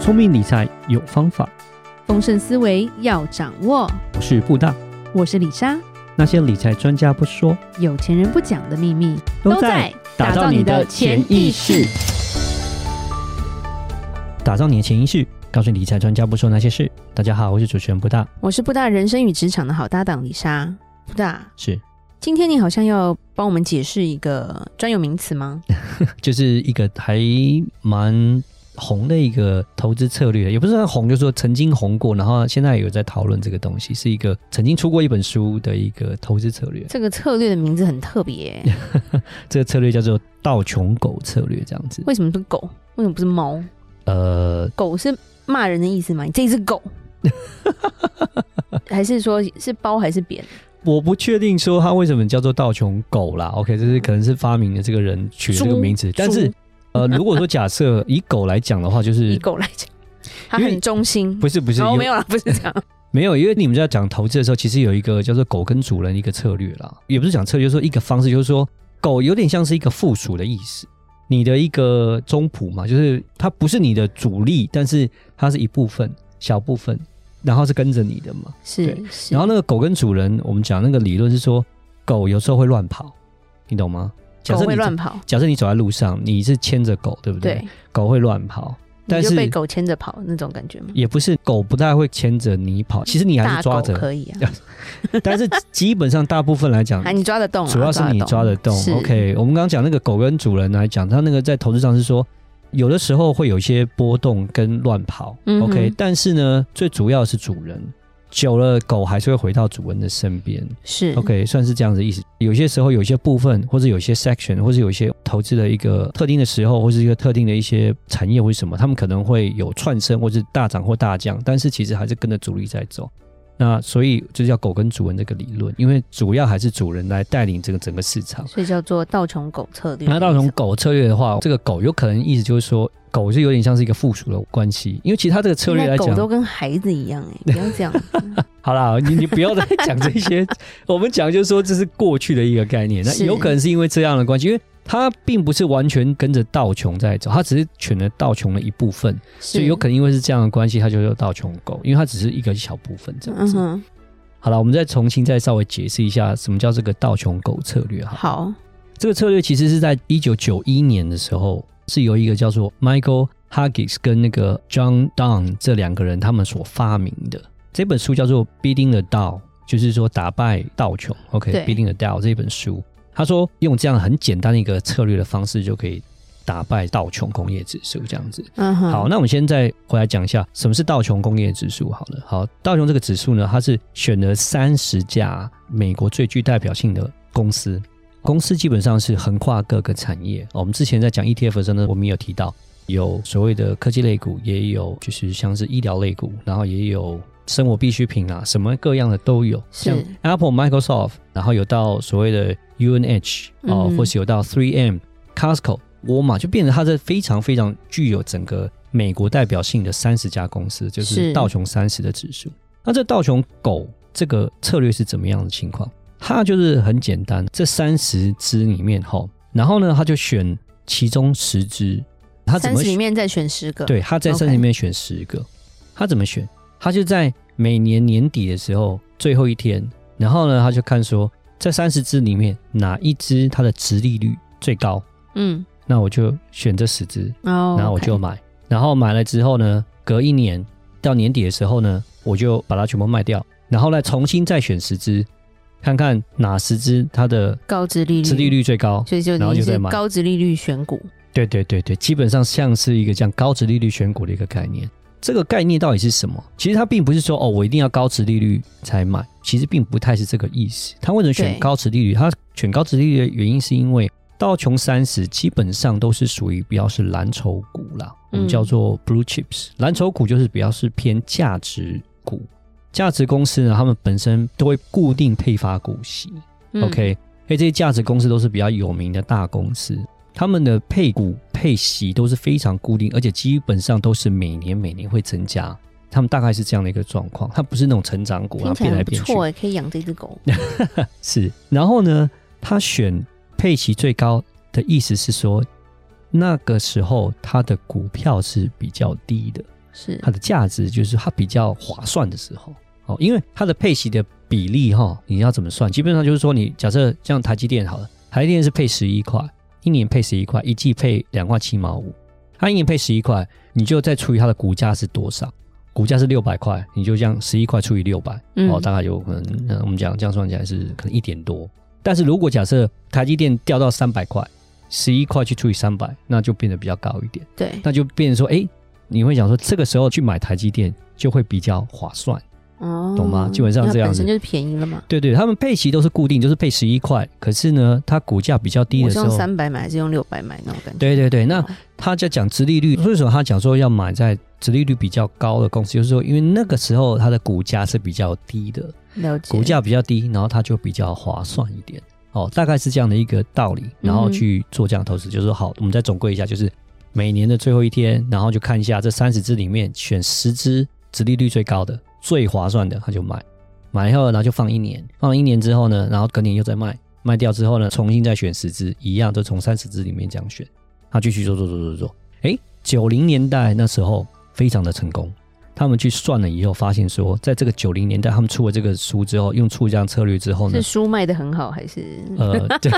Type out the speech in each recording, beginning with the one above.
聪明理财有方法，丰盛思维要掌握。我是布大。我是李莎，那些理财专家不说，有钱人不讲的秘密打造你的潜意识。，打造你的潜意识，告诉你理财专家不说那些事。大家好，我是主持人布大，我是布大人生与职场的好搭档李莎。布大，是今天你好像要帮我们解释一个专有名词吗？就是一个还蛮红的一个投资策略，也不是很红，就是说曾经红过，然后现在有在讨论这个东西，是一个曾经出过一本书的一个投资策略。这个策略的名字很 特别，这个策略叫做道琼狗策略，这样子。为什么是狗？为什么不是猫？呃，狗是骂人的意思吗？你这只 狗，还是说是包还是扁？我不确定说它为什么叫做道琼狗啦。OK，这是可能是发明的这个人取的这个猪名字，但嗯猪是 呃，如果说假设以狗来讲的话，就以是狗来讲，它因为很忠心。不是不是哦，有没有啦，不是这样。没有，因为你们在讲投资的时候，其实有一个叫做狗跟主人的一个策略啦，也不是讲策略，就是说一个方式，就是说狗有点像是一个附属的意思，你的一个中仆嘛，就是它不是你的主力，但是它是一部分小部分，然后是跟着你的嘛。是对是。然后那个狗跟主人，我们讲那个理论是说，狗有时候会乱跑，你懂吗？假狗设会你乱跑，假设你走在路上，你是牵着狗，对不对？对，狗会乱跑，但你就是被狗牵着跑那种感觉吗？也不是狗不太会牵着你跑，其实你还大是抓狗着，可以啊， 但是基本上大部分来 讲啊，，你抓得动啊，嗯主要是你抓得动。是 OK，我们刚刚讲那个狗跟主人来讲，它那个在投资上是说，有的时候会有一些波动跟乱跑。嗯哼 OK，但是呢，最主要是主人。久了，狗还是会回到主人的身边。是 OK，算是这样子的意思。有些时候，有些部分，或者有些 section，或者有些投资的一个特定的时候，或是一个特定的一些产业或是什么，他们可能会有窜升，或是大涨或大降，但是其实还是跟着主力在走。那所以就叫狗跟主人这个理论，因为主要还是主人来带领这个整个市场。所以叫做道琼狗策略。那到从狗策略的话，这个狗有可能意思就是说，狗是有点像是一个附属的关系，因为其实它这个策略现来在讲，狗都跟孩子一样哎，不要这样。好啦，你你不要 再讲这些，我们讲就是说这是过去的一个概念，那是有可能是因为这样的关系，因为它并不是完全跟着道琼在走，它只是选了道琼的一部分， 所是以有可能因为是这样的关系，它就叫道琼狗，因为它只是一个小部分这样嗯子。哼，好了，我们再重新再稍微解释一下什么叫这个道琼狗策略哈。好，这个策略其实是在一九九一年的时候，是由一个叫做 Michael Huggins 跟那个 John Down 这两个人他们所发明的。这本书叫做《Beating the Dow》，就是说打败道琼。对 OK，Beating、the Dow 这本书，他说用这样很简单的一个策略的方式就可以打败道琼工业指数，这样子。嗯哼，好，那我们先再回来讲一下什么是道琼工业指数。好了，好，道琼这个指数呢，它是选了三十家美国最具代表性的公司，公司基本上是横跨各个产业。哦我们之前在讲 ETF 的时候呢，我们也有提到，有所谓的科技类股，也有就是像是医疗类股，然后也有。生活必需品啊，什么各样的都有，是像 Apple、Microsoft，然后有到所谓的 UNH 哦，嗯或是有到 3M、Costco、沃尔玛，就变成它是非常非常具有整个美国代表性的三十家公司，就是是道琼三十的指数。那这道琼狗这个策略是怎么样的情况？它就是很简单，这三十只里面哈，然后呢，它就选其中十只，它怎三么十里选？面再选十个，对，它在 OK 三十里面选十个，它怎么选？它就在每年年底的时候最后一天，然后呢，它就看说这三十只里面哪一只它的值利率最高，嗯，那我就选这十只，哦，然后我 OK 就买。然后买了之后呢，隔一年到年底的时候呢，我就把它全部卖掉，然后呢重新再选十只，看看哪十只它的高值利率，值利，率最高。所以就然后你就再是买高值利率选股，对对对对，基本上像是一个这样高值利率选股的一个概念。这个概念到底是什么？其实它并不是说哦，我一定要高值利率才买，其实并不太是这个意思。它为什么选对高值利率？它选高值利率的原因是因为道琼三十基本上都是属于比较是蓝筹股啦，我们嗯叫做 blue chips。蓝筹股就是比较是偏价值股，价值公司呢，他们本身都会固定配发股息。嗯 OK，所以这些价值公司都是比较有名的大公司，他们的配股配息都是非常固定，而且基本上都是每年每年会增加。他们大概是这样的一个状况，它不是那种成长股，然听后变起来来很不变去错。哎，可以养这 只狗，是，然后呢，他选配息最高的意思是说，那个时候它的股票是比较低的，是它的价值就是它比较划算的时候哦，因为它的配息的比例哈、你要怎么算？基本上就是说，你假设像台积电好了，台积电是配十一块，一年配十一块，一季配两块七毛五，它一年配十一块，你就再除以它的股价是多少。股价是六百块，你就这样十一块除以六百、嗯哦，大概有可能，嗯我们讲这样算起来是可能一点多。但是如果假设台积电掉到三百块，十一块去除以三百，那就变得比较高一点。对，那就变成说，哎、你会想说，这个时候去买台积电就会比较划算。哦，懂吗基本上因为它这样本身子就是便宜了嘛。对对，他们配息都是固定，就是配十一块。可是呢，它股价比较低我的是时用候，三百买还是用六百买那种感觉？对对对，那哦他在讲殖利率，为什么他讲说要买在殖利率比较高的公司？就是说，因为那个时候它的股价是比较低的，了解股价比较低，然后它就比较划算一点。哦，大概是这样的一个道理，嗯然后去做这样的投资，就是说好，我们再总归一下，就是每年的最后一天，然后就看一下这三十只里面选十只殖利率最高的、最划算的，他就买，买以后然后就放一年，放了一年之后呢，然后隔年又再卖，卖掉之后呢，重新再选十只，一样都从三十只里面这样选，他继续做做做做做，诶，九零年代那时候非常的成功，他们去算了以后，发现说，在这个九零年代，他们出了这个书之后，用出这样策略之后呢是，书卖的很好还是？呃， 对，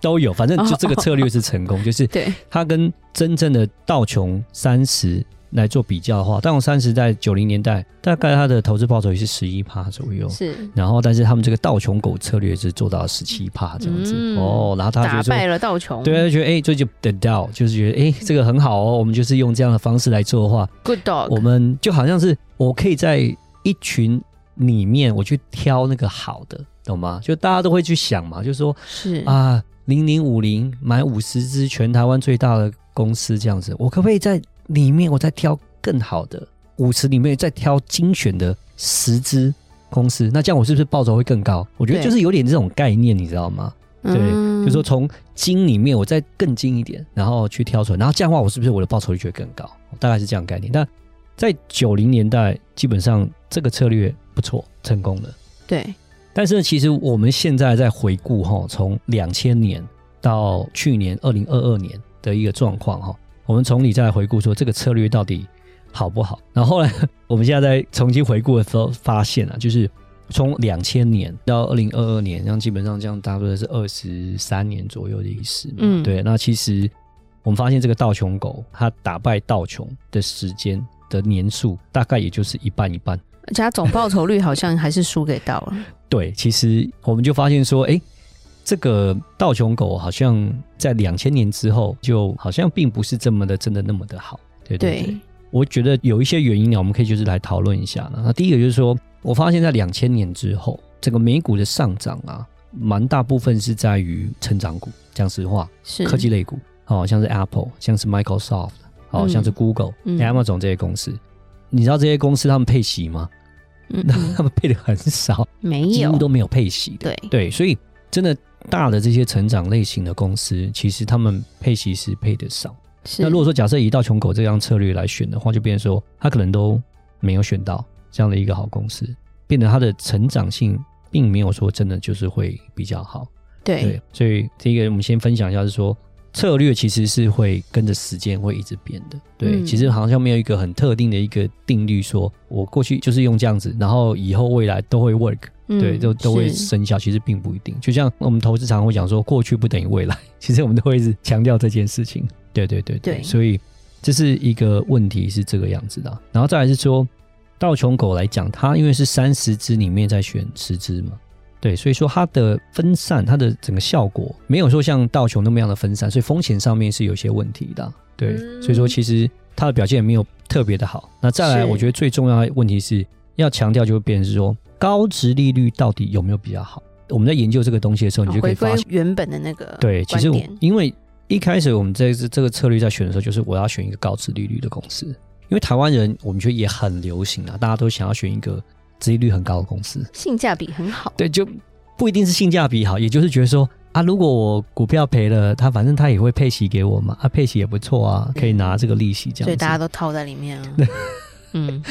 都有，反正就这个策略是成哦功，就是对，它跟真正的道琼三十来做比较的话，道琼三十在九零年代大概它的投资报酬也是十一趴左右。是然后，但是他们这个道琼狗策略是做到十七趴这样子、嗯哦，然后他打就说败了道琼，对，他就觉得哎、这就得到，就是觉得哎、这个很好哦，我们就是用这样的方式来做的话， ，Good 我 Dog，们就好像是我可以在一群里面，我去挑那个好的，懂吗？就大家都会去想嘛，就说是啊，零零五零买五十只全台湾最大的公司这样子，我可不可以在里面我再挑更好的五十里面再挑精选的十只公司？那这样我是不是报酬会更高？我觉得对就是有点这种概念，你知道吗？对，嗯就说从精里面我再更精一点，然后去挑出来，然后这样的话，我是不是我的报酬率就会更高？大概是这样的概念。但在九零年代，基本上这个策略不错，成功了。对，但是呢，其实我们现在在回顾哈，从两千年到去年二零二二年的一个状况哈，我们从你再来回顾说这个策略到底好不好？然后后来我们现在在重新回顾的时候，发现啊，就是从两千年到二零二二年，这样基本上这样大概是二十三年左右的意思嘛。嗯对。那其实我们发现这个道琼狗，它打败道琼的时间的年数大概也就是一半一半。而且它总报酬率好像还是输给道了，对，其实我们就发现说，哎，这个道琼狗好像在两千年之后，就好像并不是这么的真的那么的好， 对对对。对，我觉得有一些原因呢，我们可以就是来讨论一下呢。那第一个就是说，我发现在两千年之后，整个美股的上涨啊，蛮大部分是在于成长股。讲实话，是科技类股，哦，像是 Apple，像是 Microsoft，哦，嗯像是 Google、嗯 Amazon 这些公司，你知道这些公司他们配息吗？嗯那、嗯 他们配的很少，没几有乎都没有配息的。对对，所以真的大的这些成长类型的公司，其实他们配息是配得少。是那如果说假设以到穷狗这样策略来选的话，就变成说他可能都没有选到这样的一个好公司，变得它的成长性并没有说真的就是会比较好。对对，所以第一个我们先分享一下是说。策略其实是会跟着时间会一直变的，对，嗯其实好像没有一个很特定的一个定律说我过去就是用这样子，然后以后未来都会 work，嗯对，都都会是生效，其实并不一定。就像我们投资常会讲说，过去不等于未来， 其实我们都会一直强调这件事情。对对对对，对所以这是一个问题，是这个样子的啊。然后再来是说，道琼狗来讲，它因为是三十只里面再选十只嘛，对，所以说它的分散，它的整个效果没有说像道琼那么样的分散，所以风险上面是有些问题的啊。对，嗯所以说其实它的表现也没有特别的好。那再来，是我觉得最重要的问题是要强调，就会变成是说高值利率到底有没有比较好？我们在研究这个东西的时候，你就可以哦回归发现，原本的那个对，其观实我点因为一开始我们在这这个策略在选的时候，就是我要选一个高值利率的公司，因为台湾人我们觉得也很流行啊，大家都想要选一个值利率很高的公司。性价比很好，对，就不一定是性价比好，也就是觉得说啊，如果我股票赔了，他反正他也会配息给我嘛，啊，配息也不错啊，可以拿这个利息这样子。 所以大家都套在里面啊。嗯，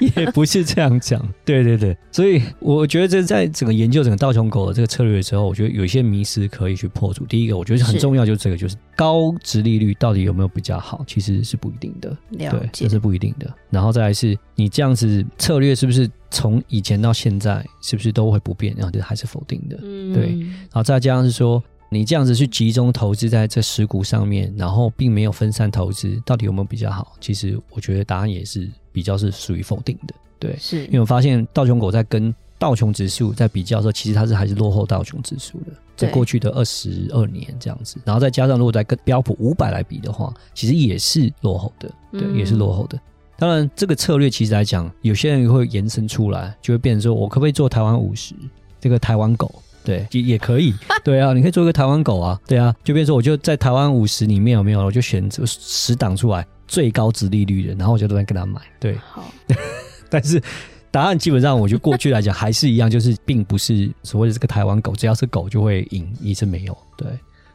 也不是这样 讲，对对对，所以我觉得这在整个研究整个道琼狗的这个策略之后，我觉得有一些迷思可以去破除。第一个，我觉得很是重要，就是这个，就是高值利率到底有没有比较好，其实是不一定的，嗯了对，解这，是不一定的。然后再来是你这样子策略是不是从以前到现在是不是都会不变，然后这还是否定的，嗯对，然后再加上是说。你这样子去集中投资在这十股上面，然后并没有分散投资，到底有没有比较好？其实我觉得答案也是比较是属于否定的。对，是因为我发现道琼狗在跟道琼指数在比较的时候，其实它是还是落后道琼指数的，在对过去的二十二年这样子，然后再加上如果在跟标普五百来比的话，其实也是落后的，对，嗯也是落后的。当然，这个策略其实来讲，有些人会延伸出来，就会变成说我可不可以做台湾五十这个台湾狗？对，也也可 以，对啊，你可以做一个台湾狗啊，对啊，就变成说我就在台湾五十里面有没有，我就选择十档出来最高值利率的，然后我就都在跟他买，对，好， 但是答案基本上，我觉得过去来讲还是一样，就是并不是所谓的这个台湾狗，只要是狗就会赢，一直没有。对，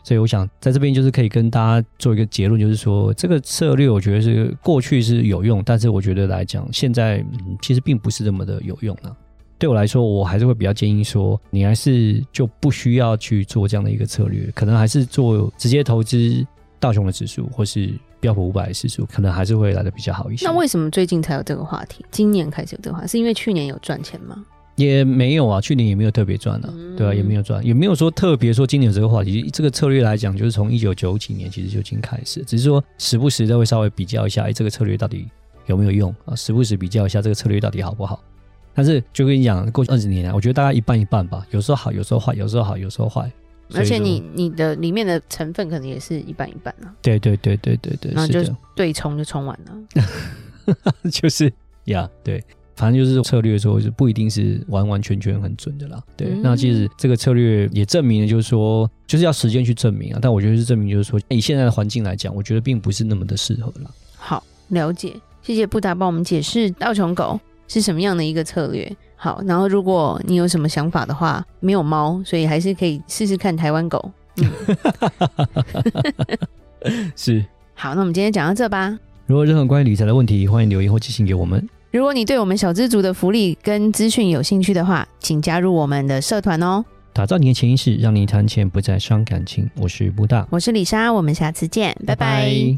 所以我想在这边就是可以跟大家做一个结论，就是说这个策略我觉得是过去是有用，但是我觉得来讲现在、嗯、其实并不是这么的有用啊。对我来说，我还是会比较建议说，你还是就不需要去做这样的一个策略，可能还是做直接投资道琼的指数或是标普五百指数，可能还是会来的比较好一些。那为什么最近才有这个话题？今年开始有这个话题，是因为去年有赚钱吗？也没有啊，去年也没有特别赚啊，嗯对啊，也没有赚，也没有说特别说今年有这个话题，这个策略来讲，就是从一九九几年其实就已经开始，只是说时不时都会稍微比较一下，哎，这个策略到底有没有用啊？时不时比较一下这个策略到底好不好？但是就跟你讲，过去二十年啊来，我觉得大概一半一半吧，有时候好，有时候坏，有时候好，有时候坏。所而以且说你你的里面的成分可能也是一半一半啊，对对对对对对，然后是就的。对冲就冲完了。 就是呀对，反正就是策略说是不一定是完完全全很准的啦。对，嗯那其实这个策略也证明了，就是说就是要时间去证明啊。但我觉得是证明，就是说以现在的环境来讲，我觉得并不是那么的适合啦。好，了解，谢谢布达帮我们解释道琼狗是什么样的一个策略。好，然后如果你有什么想法的话，没有猫，所以还是可以试试看台湾狗。是，好，那我们今天讲到这吧。如果有任何关于理财的问题，欢迎留言或寄信给我们。如果你对我们小资族的福利跟资讯有兴趣的话，请加入我们的社团哦。打造你的潜意识，让你谈钱不再伤感情。我是布大，我是李莎，我们下次见，拜拜